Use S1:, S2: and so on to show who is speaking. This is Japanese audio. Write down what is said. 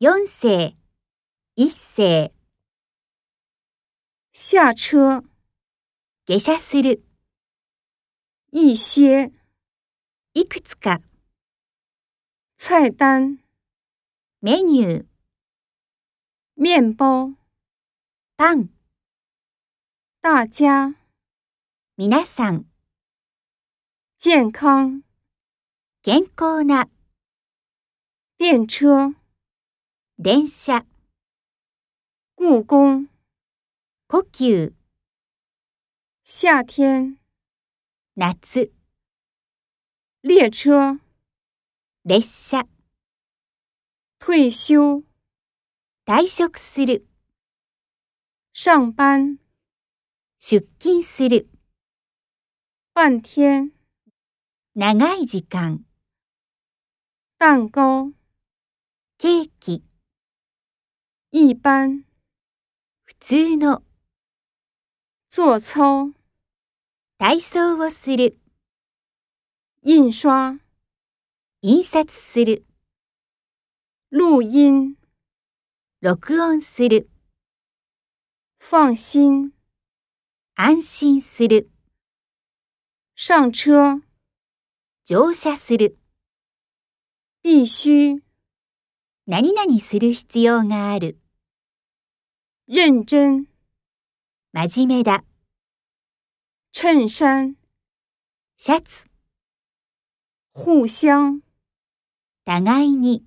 S1: 四世、一世、
S2: 下车
S1: 下車する、
S2: 一些
S1: いくつか、
S2: 菜单、
S1: メニュー、
S2: 面包、
S1: パン、
S2: 大家
S1: 皆さん、
S2: 健康
S1: 健康な、
S2: 电车、
S1: 電車、
S2: 故宫、
S1: 呼吸、
S2: 夏天、
S1: 夏、
S2: 列车、
S1: 列車、
S2: 退休、
S1: 退職する、
S2: 上班、
S1: 出勤する、
S2: 半天、
S1: 長い時間、
S2: 蛋糕、
S1: ケーキ、
S2: 一般、
S1: 普通の、
S2: 做操、
S1: 体操をする、
S2: 印刷、
S1: 印刷する、
S2: 录音、
S1: 録音する、
S2: 放心、
S1: 安心する、
S2: 上车、
S1: 乗車する、
S2: 必须、
S1: 何々する必要がある、
S2: 认真、
S1: 真面目だ、
S2: 衬衫、
S1: シャツ、
S2: 互相。
S1: 互いに。